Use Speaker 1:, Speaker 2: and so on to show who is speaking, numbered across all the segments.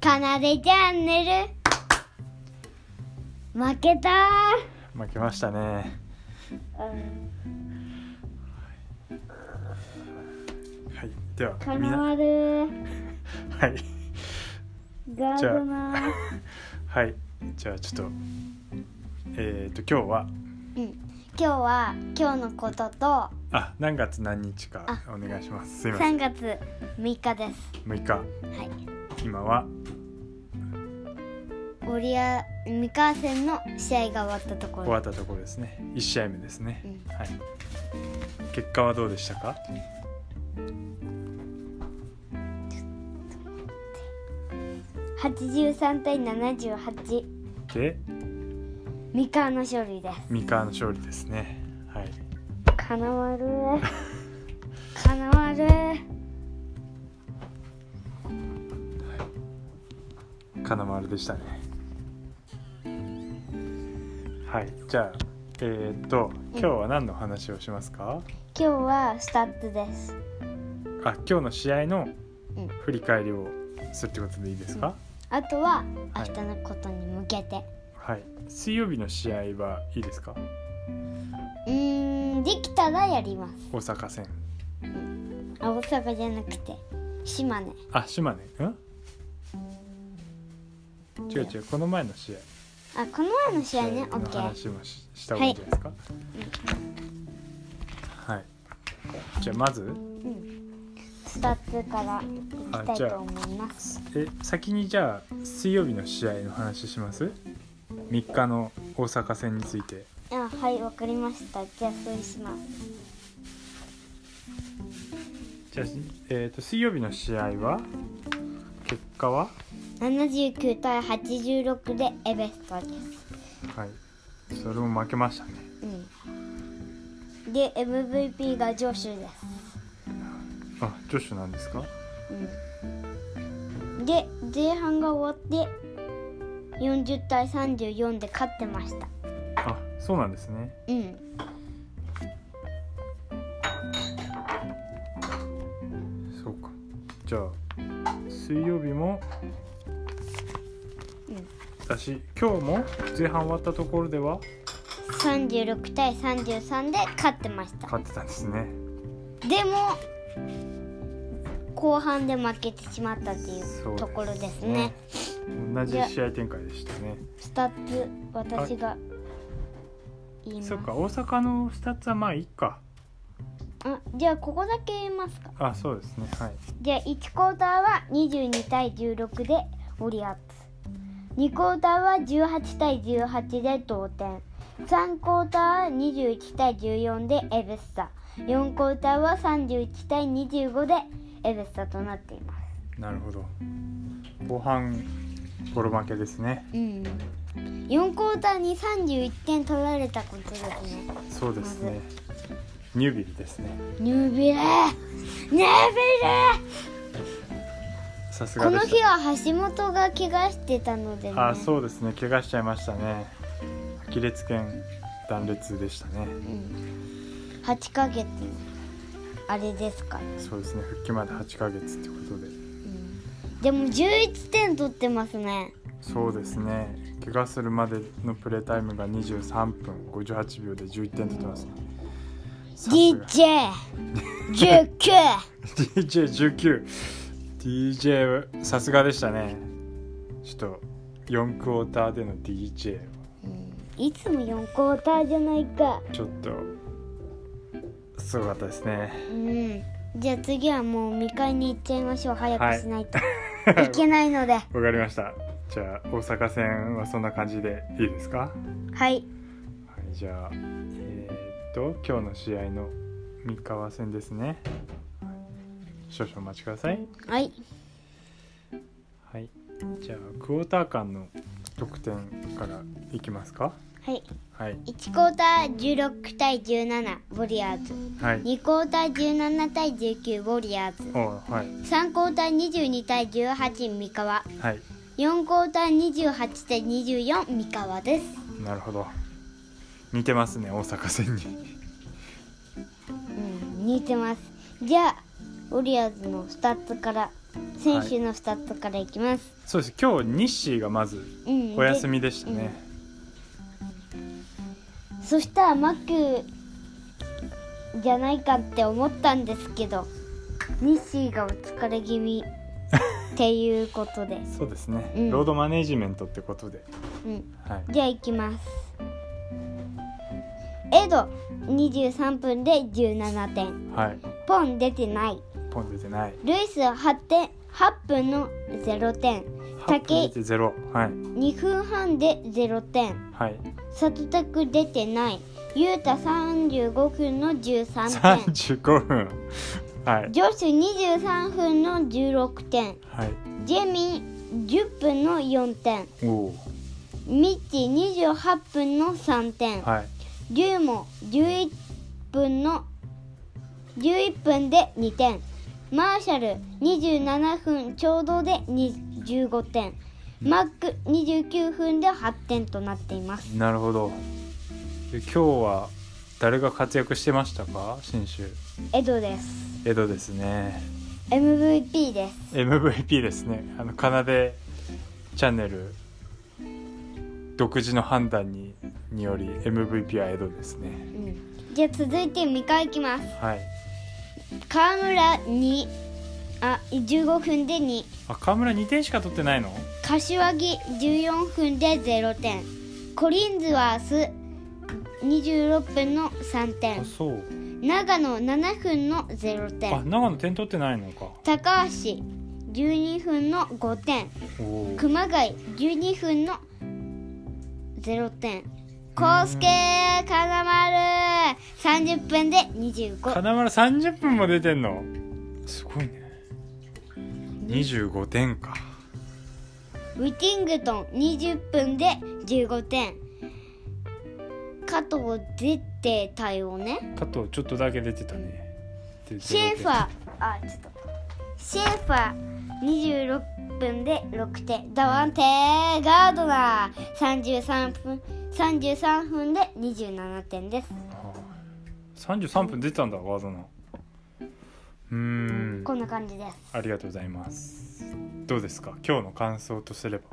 Speaker 1: かなでチャンネル負けた
Speaker 2: 負けましたね
Speaker 1: うん
Speaker 2: はいでは
Speaker 1: か
Speaker 2: み
Speaker 1: な
Speaker 2: な
Speaker 1: まる
Speaker 2: はい
Speaker 1: ガ
Speaker 2: じゃ
Speaker 1: ー
Speaker 2: あ
Speaker 1: ドマ ー
Speaker 2: はいじゃあちょっとえっ、と今日は
Speaker 1: うん今日は今日のことと
Speaker 2: あ何月何日か
Speaker 1: あ
Speaker 2: お願いしますすいません
Speaker 1: 3月3日です
Speaker 2: 6日
Speaker 1: はい
Speaker 2: 今は
Speaker 1: オリア三河戦の試合が終わったとこ
Speaker 2: 終わ
Speaker 1: ろ
Speaker 2: ったところですね1試合目ですね、
Speaker 1: うん
Speaker 2: はい結果はどうでしたか
Speaker 1: 83対78
Speaker 2: で
Speaker 1: 三河の勝利です
Speaker 2: 三河の勝利ですねはい
Speaker 1: かなわ るかなわる
Speaker 2: 金丸でしたねはいじゃあえー、っと今日は何の話をしますか、
Speaker 1: 今日はスタッツです
Speaker 2: あ今日の試合の
Speaker 1: うん
Speaker 2: 振り返りをするってことでいいですか、
Speaker 1: あとは明
Speaker 2: はい
Speaker 1: 日のことに向けて、
Speaker 2: はい水曜日の試合はいいですか
Speaker 1: うーんできたらやります
Speaker 2: 大阪戦
Speaker 1: あ大阪じゃなくて島根
Speaker 2: あ島根うん違う違うこの前の試合
Speaker 1: あこの前の試合ね
Speaker 2: 試
Speaker 1: オ
Speaker 2: 合
Speaker 1: ッ
Speaker 2: の
Speaker 1: ケー
Speaker 2: 話もしした方がいいんじゃないですかはい、じゃあまず
Speaker 1: スタッツからいきたい
Speaker 2: あじゃあ
Speaker 1: と思います
Speaker 2: え先にじゃあ水曜日の試合の話します3日の大阪戦について
Speaker 1: あはいわかりましたじゃあそうします
Speaker 2: じゃあ、えー、と水曜日の試合は結果は
Speaker 1: 79対86でエベストです
Speaker 2: はいそれも負けましたね
Speaker 1: うんで MVP がジョシュです
Speaker 2: あジョシュなんですか
Speaker 1: うんで前半が終わって40対34で勝ってました
Speaker 2: あそうなんですね
Speaker 1: うん
Speaker 2: そうかじゃあ水曜日も、
Speaker 1: うん
Speaker 2: 私今日も前半終わったところでは
Speaker 1: 36対33で勝ってました
Speaker 2: 勝ってたんですね
Speaker 1: でも後半で負けてしまったってい
Speaker 2: そう
Speaker 1: うところですね
Speaker 2: ですね同じ試合展開でしたね
Speaker 1: スタッツ私が言います
Speaker 2: そっか大阪のスタッツはまあいいか
Speaker 1: あじゃあここだけ言いますか
Speaker 2: あそうですねはい
Speaker 1: じゃあ1クォーターは22対16でオリアーツ2クォーターは18対18で同点3クォーターは21対14でエベッサ4クォーターは31対25でエベッサとなっています
Speaker 2: なるほど後半ボロ負けですね
Speaker 1: うん4クォーターに31点取られたことですね
Speaker 2: そうですねニュービルですね
Speaker 1: ニュービレニュービレ
Speaker 2: さす
Speaker 1: こ
Speaker 2: がで
Speaker 1: の
Speaker 2: し
Speaker 1: 日は橋本が怪我してたのでね
Speaker 2: たあそうですね怪我しちゃいましたねアキレス腱断裂でしたね
Speaker 1: うん、8ヶ月あれですから、
Speaker 2: そうですね復帰まで8ヶ月ってことで
Speaker 1: うん、でも11点取ってますね
Speaker 2: そうですね怪我するまでのプレータイムが23分58秒で11点取ってますねさすが
Speaker 1: DJ19
Speaker 2: DJ19DJ さすがでしたねちょっと4クォーターでの DJ はい
Speaker 1: つも4クォーターじゃないか
Speaker 2: ちょっとすごかったですね
Speaker 1: うんじゃあ次はもう未開に行っちゃいましょう早くしない と、
Speaker 2: わ
Speaker 1: い、けないので
Speaker 2: かりましたじゃあ大阪戦はそんな感じでいいですかは
Speaker 1: はい
Speaker 2: いじゃあえーっと今日の試合の三河戦ですねはい少々お待ちください
Speaker 1: はい
Speaker 2: はいじゃあクォーター間の得点からいきますか
Speaker 1: はい
Speaker 2: はい
Speaker 1: 1クォーター16対17ウォリアーズ
Speaker 2: はい
Speaker 1: 2クォーター17対19ウォリアーズ
Speaker 2: おはい
Speaker 1: 3クォーター22対18三河
Speaker 2: はい
Speaker 1: 4クォーター28対24三河です
Speaker 2: なるほど似てますね大阪戦に
Speaker 1: うん似てますじゃあオリアーズのスタッツから選手のスタットからいきます。
Speaker 2: そうです今日ニッシーがまず
Speaker 1: うん、
Speaker 2: お休
Speaker 1: み。
Speaker 2: みでしたね、
Speaker 1: そしたらマックじゃないかって思ったんですけど、ニッシーがお疲れ気味っていうことで、
Speaker 2: そうですね、
Speaker 1: うん
Speaker 2: ロードマネージメントってことで、
Speaker 1: うん、
Speaker 2: はい、
Speaker 1: じゃあいきます。エド23分で17点、
Speaker 2: はい、
Speaker 1: ポン出てない。
Speaker 2: ポン出てない
Speaker 1: ルイス8点8分の0点
Speaker 2: 8
Speaker 1: 竹
Speaker 2: 分出てゼロはい
Speaker 1: 2分半で0点
Speaker 2: はい
Speaker 1: 里田く出てないゆうた35分の13点
Speaker 2: 35分はい
Speaker 1: ジョシュ23分の16点
Speaker 2: はい
Speaker 1: ジェミン10分の4点
Speaker 2: おお
Speaker 1: ミッチー28分の3点
Speaker 2: はい
Speaker 1: リュウも11分の11分で2点マーシャル27分ちょうどで2 15点マック29分で8点となっています
Speaker 2: なるほどで今日は誰が活躍してましたか新州
Speaker 1: エドです
Speaker 2: エドですね
Speaker 1: MVP です
Speaker 2: MVP ですねあの奏でチャンネル独自の判断ににより MVP はエドですね
Speaker 1: うんじゃあ続いて三回いきます
Speaker 2: はい
Speaker 1: 河村2あ15分で2
Speaker 2: あ河村2点しか取ってないの
Speaker 1: 柏木14分で0点コリンズワース26分の3点
Speaker 2: あそう
Speaker 1: 長野7分の0
Speaker 2: あ
Speaker 1: 点
Speaker 2: 長野点取ってないのか
Speaker 1: 高橋12分の5点
Speaker 2: おお
Speaker 1: 熊谷12分の0点康介金丸30分で25
Speaker 2: 金丸30分も出てんのすごいね25点か
Speaker 1: ウィティングトン20分で15点加藤出てたよね
Speaker 2: 加藤ちょっとだけ出てたね
Speaker 1: シェーファーあちょっとシェーファー26分で6点ダワンテガードナー33分33分で27点です
Speaker 2: 33分出たんだワードナうーん
Speaker 1: こんな感じです
Speaker 2: ありがとうございますどうですか今日の感想とすれば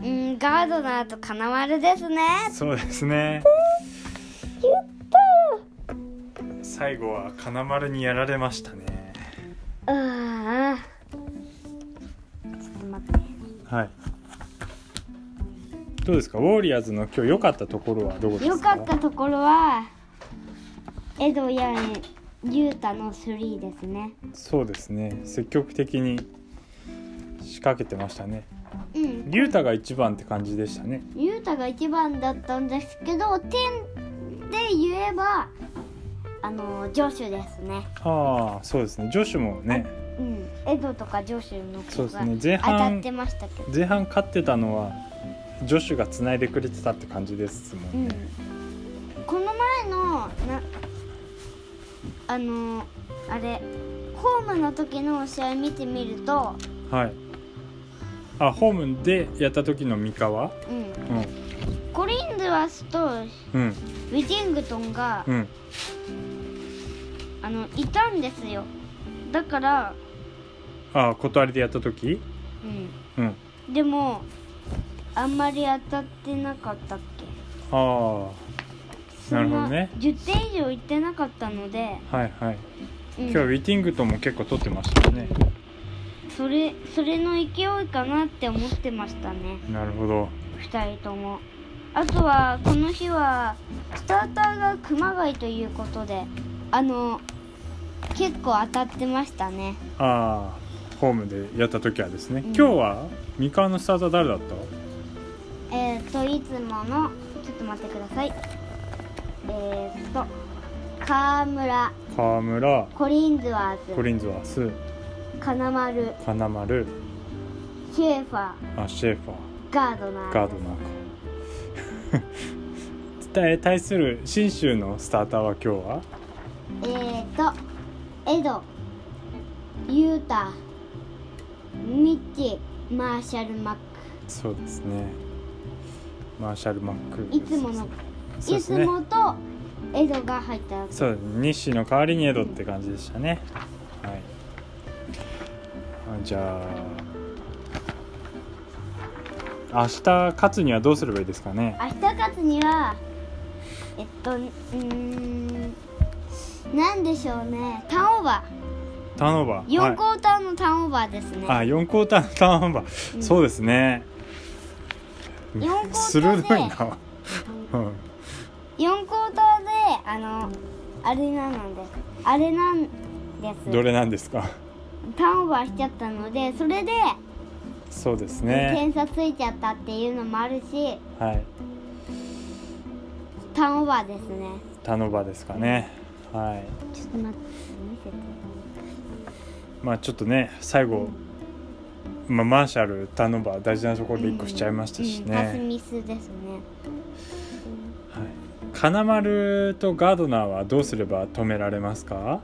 Speaker 1: うんガードナーと金丸ですね
Speaker 2: そうですね最後は金丸にやられましたね
Speaker 1: うーんちょっと待って
Speaker 2: はいどうですかウォーリアーズの今日良かったところはどこです
Speaker 1: 良
Speaker 2: か
Speaker 1: かったところはエドやユータの3ですね
Speaker 2: そうですね積極的に仕掛けてましたね
Speaker 1: うん
Speaker 2: リュウタが一番って感じでしたね
Speaker 1: ユータが一番だったんですけど点で言えばあのジョシュですね
Speaker 2: ああそうですね女子もね
Speaker 1: うんエドとかジョシュの
Speaker 2: そ
Speaker 1: 方
Speaker 2: うです
Speaker 1: が
Speaker 2: ね前
Speaker 1: 当たっ
Speaker 2: 半
Speaker 1: てましたけど
Speaker 2: 前半勝ってたのは女子が繋いでくれてたって感じですも
Speaker 1: うんん
Speaker 2: ね、
Speaker 1: この前のなあのあれホームの時の試合見てみると、
Speaker 2: はいあホームでやった時の三河
Speaker 1: うん、
Speaker 2: う
Speaker 1: コリンズワスとウ
Speaker 2: んうん
Speaker 1: ィティングトンが、
Speaker 2: うん
Speaker 1: あのいたんですよだから、
Speaker 2: ああ断りでやった時
Speaker 1: う
Speaker 2: うん
Speaker 1: ん、でもあんまり当たってなかったっけ
Speaker 2: あ
Speaker 1: そん
Speaker 2: なるほどね
Speaker 1: 10点以上いってなかったので、
Speaker 2: あはいはい
Speaker 1: うん
Speaker 2: 今日はウィティングトンも結構取ってましたね
Speaker 1: それそれの勢いかなって思ってましたね
Speaker 2: なるほど
Speaker 1: 2人ともあとはこの日はスターターが熊谷ということであの結構当たってましたね
Speaker 2: ああホームでやった時はですね、
Speaker 1: うん
Speaker 2: 今日は三河のスターター誰だっ
Speaker 1: えっ、ー、といつものちょっと待ってくださいえー、っと河村
Speaker 2: た河村
Speaker 1: コリンズワー
Speaker 2: コ
Speaker 1: ズ
Speaker 2: リンズワース
Speaker 1: 金丸
Speaker 2: 金丸
Speaker 1: シェーファー
Speaker 2: あシェーファ
Speaker 1: ガードナ
Speaker 2: ー
Speaker 1: ー
Speaker 2: ガードナーか 対対する信州のスターターは今日は
Speaker 1: えっ、ー、とエドユータミッチマーシャルマック
Speaker 2: そうですねマーシャル・マック
Speaker 1: いつもの
Speaker 2: そ
Speaker 1: い
Speaker 2: うで
Speaker 1: つ
Speaker 2: すね
Speaker 1: もとエドが入ったやつ
Speaker 2: そうですね西の代わりにエドって感じでしたねはいあじゃあ明日勝つにはどうすればいいですかね
Speaker 1: 明日勝つにはえっとうーんなんでしょうねターンオーバ
Speaker 2: ターンオーバ
Speaker 1: ー
Speaker 2: ー
Speaker 1: 4
Speaker 2: はい
Speaker 1: クォーターのターンオーバーですね、
Speaker 2: あ4クォーターのターンオーバー、
Speaker 1: うん
Speaker 2: そうですね
Speaker 1: 四クォーター
Speaker 2: 鋭
Speaker 1: で
Speaker 2: いな、うん、
Speaker 1: 4クォーターであのあれなんですあれなんです
Speaker 2: どれなんですか
Speaker 1: ターンオーバーしちゃったのでそれで、
Speaker 2: そうです
Speaker 1: 点
Speaker 2: ね
Speaker 1: 差ついちゃったっていうのもあるし
Speaker 2: はい
Speaker 1: ターンオーバーですね
Speaker 2: ターンオーバーですかねはい
Speaker 1: ちょっと待って見せて
Speaker 2: まあちょっとね最後、まあ、マーシャルターンオーバー大事なところで1個しちゃいましたし
Speaker 1: うんパス
Speaker 2: ね、
Speaker 1: ミスですね
Speaker 2: はい、金丸とガードナーはどうすれば止められますか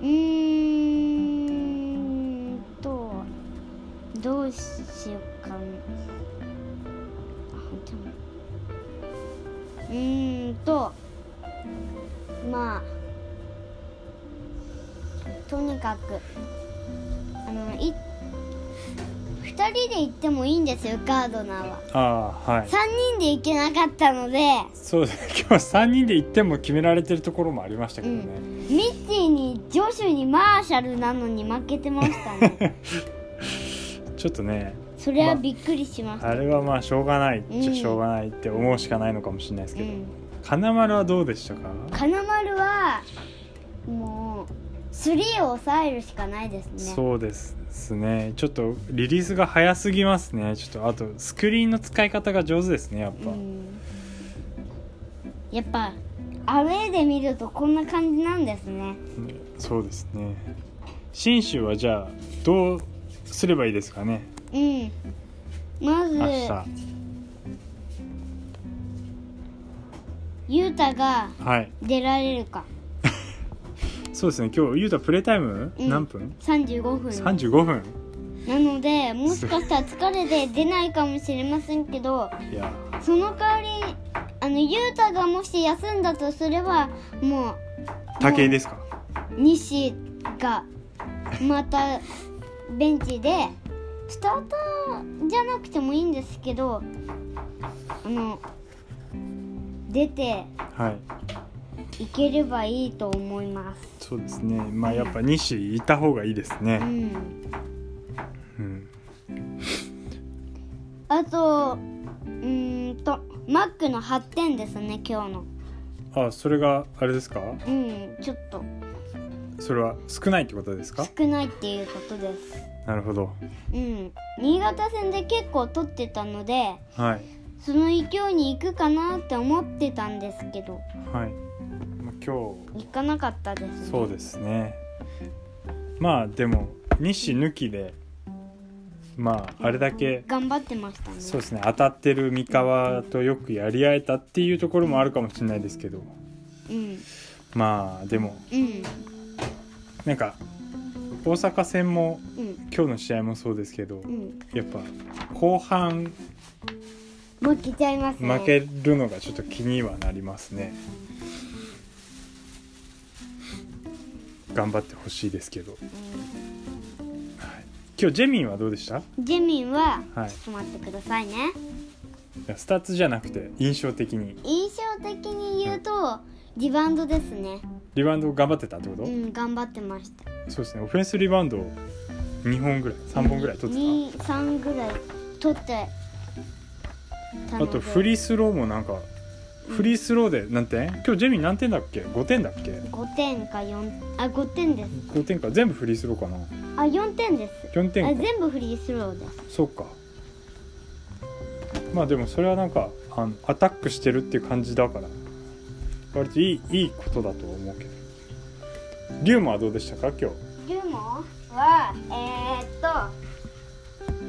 Speaker 1: うーんとどうしようかなあでもうーんとまあとにかくあのい2人で行ってもいいんですよガードナーは
Speaker 2: ああはい
Speaker 1: 3人で行けなかったので
Speaker 2: そう ですね今日3人で行っても決められてるところもありましたけどね、
Speaker 1: ミッチーにジョシュにマーシャルなのに負けてましたね
Speaker 2: ちょっとね
Speaker 1: それはびっくりしました、
Speaker 2: あれはまあしょうがないっち
Speaker 1: う
Speaker 2: ゃ
Speaker 1: ん
Speaker 2: しょうがないって思うしかないのかもしれないですけ
Speaker 1: う
Speaker 2: ど、
Speaker 1: ん、
Speaker 2: 金丸はどうでしたか
Speaker 1: 金丸はもうスリーを抑えるしかないですね
Speaker 2: そうですねちょっとリリースが早すぎますねちょっとあとスクリーンの使い方が上手ですねやっぱ、
Speaker 1: ん、やっぱアウェーで見るとこんな感じなんですね
Speaker 2: そうですね信州はじゃあどうすればいいですかね
Speaker 1: うんまず
Speaker 2: 明日
Speaker 1: 雄太が
Speaker 2: はい
Speaker 1: 出られるか
Speaker 2: そうですね今日ゆうたプレイタイム
Speaker 1: うん
Speaker 2: 何分、
Speaker 1: 35分
Speaker 2: 35分
Speaker 1: なのでもしかしたら疲れて出ないかもしれませんけど
Speaker 2: いや
Speaker 1: その代わりあの雄太がもし休んだとすればもう
Speaker 2: 武井ですか
Speaker 1: 西がまたベンチでスターターじゃなくてもいいんですけどあの出て
Speaker 2: はい
Speaker 1: いければいいと思います。
Speaker 2: そうですねまあやっぱ西いた方がいいです
Speaker 1: う
Speaker 2: ね、
Speaker 1: ん、
Speaker 2: うん、
Speaker 1: あとうーんとマックの8点ですね今日の。
Speaker 2: あそれがあれですか
Speaker 1: うんちょっと
Speaker 2: それは少ないってことですか
Speaker 1: 少ないっていうことです。
Speaker 2: なるほど
Speaker 1: うん、新潟戦で結構取ってたので
Speaker 2: はい
Speaker 1: その勢いに行くかなって思ってたんですけど
Speaker 2: はい、まあ、今
Speaker 1: 行かなかったですね
Speaker 2: 日そうですねまあでも西抜きでまああれだけ
Speaker 1: 頑張ってましたね
Speaker 2: そうですね当たってる三河とよくやり合えたっていうところもあるかもしれないですけど
Speaker 1: うん
Speaker 2: まあでも
Speaker 1: うん
Speaker 2: なんか大阪戦も
Speaker 1: うん
Speaker 2: 今日の試合もそうですけど
Speaker 1: うん
Speaker 2: やっぱ後半
Speaker 1: 負けちゃいますね
Speaker 2: 負けるのがちょっと気にはなりますね頑張ってほしいですけど、はい、今日ジェミンはどうでしたい
Speaker 1: ジェミンは、
Speaker 2: はい
Speaker 1: ちょっと待ってくださいね
Speaker 2: やスタッツじゃなくて印象的に
Speaker 1: 印象的に言うとリバウンドですね
Speaker 2: リバウンド頑張ってたってこと、
Speaker 1: うん頑張ってました
Speaker 2: そうですねオフェンスリバウンド2本ぐらい3本ぐらい取って
Speaker 1: 23ぐらい取ってた
Speaker 2: たあ
Speaker 1: ので
Speaker 2: とフリースローもなんかフリースローで何点今日ジェミン何点だっけ5点だっけ
Speaker 1: 5点か4あ5点です
Speaker 2: 5点か全部フリースローかな
Speaker 1: あ4点です
Speaker 2: 4
Speaker 1: あ
Speaker 2: 点か
Speaker 1: 全部フリースローです
Speaker 2: そうかまあでもそれはなんかあのアタックしてるっていう感じだから割といいいいことだと思うけどリュウマはどうでしたか今日
Speaker 1: リュモはえー、っと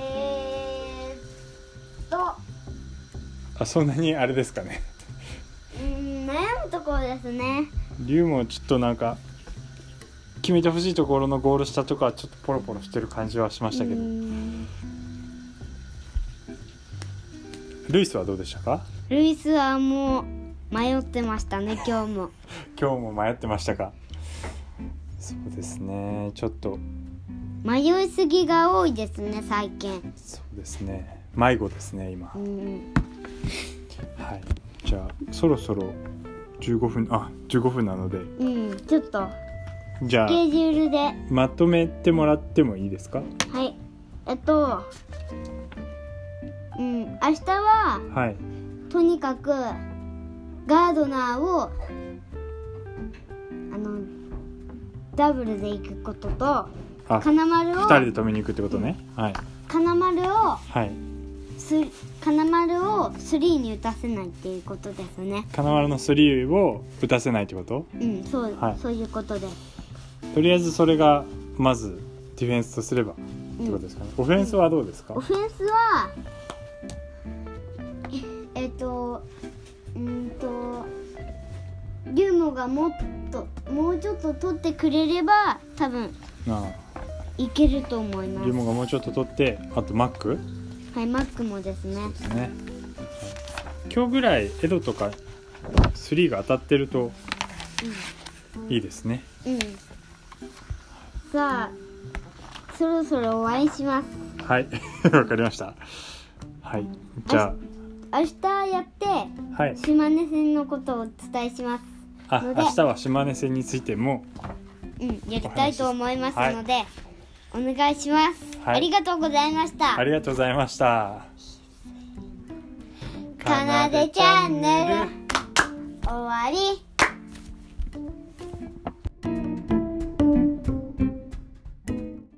Speaker 1: えー、っと
Speaker 2: あそんなにあれですかね
Speaker 1: うーん悩むところですね
Speaker 2: リュウマはちょっとなんか決めてほしいところのゴール下とかはちょっとポロポロしてる感じはしましたけ
Speaker 1: うー
Speaker 2: ど
Speaker 1: ん
Speaker 2: ルイスはどうでしたか
Speaker 1: ルイスはもう迷ってましたね今日も
Speaker 2: 今日も迷ってましたかそうですねちょっと
Speaker 1: 迷いすぎが多いですね最近
Speaker 2: そうですね迷子ですね今、
Speaker 1: うん
Speaker 2: はいじゃあそろそろ15分あ15分なので
Speaker 1: うんちょっと
Speaker 2: じゃ
Speaker 1: ス
Speaker 2: あ
Speaker 1: ケジュールでは
Speaker 2: まとめてもらってもいいですか
Speaker 1: いえっとうん明日は
Speaker 2: はい
Speaker 1: とにかくガードナーをあのダブルで行くことと
Speaker 2: あ二
Speaker 1: 金丸を
Speaker 2: 人で止めに行くってことねはい
Speaker 1: 金丸を
Speaker 2: はい
Speaker 1: す金丸をスリーに打たせないっていうことですね
Speaker 2: 金丸のスリーを打たせないってこと
Speaker 1: うんそう、
Speaker 2: はい
Speaker 1: そういうことです
Speaker 2: とりあえずそれがまずディフェンスとすればってことですかね、オフェンスはどうですか、
Speaker 1: オフェンスはええっとうーんとリュウモがもっともうちょっと取ってくれれば多分
Speaker 2: あ
Speaker 1: いけると思い
Speaker 2: あ
Speaker 1: ます
Speaker 2: リモがもうちょっと取ってあとマック
Speaker 1: はいマックもですね
Speaker 2: ですね今日ぐらいエドとかスリーが当たってるといいですね
Speaker 1: うんさあそろそろお会いします
Speaker 2: はい わかりましたはいじゃ
Speaker 1: 明日やって
Speaker 2: あはい
Speaker 1: 島根線のことをお伝えします
Speaker 2: あ
Speaker 1: ので
Speaker 2: 明日は島根戦についても
Speaker 1: うんやりたいと思います
Speaker 2: はい
Speaker 1: ので、お願いします、
Speaker 2: はい
Speaker 1: ありがとうございました
Speaker 2: ありがとうございました
Speaker 1: かなでチャンネル終わり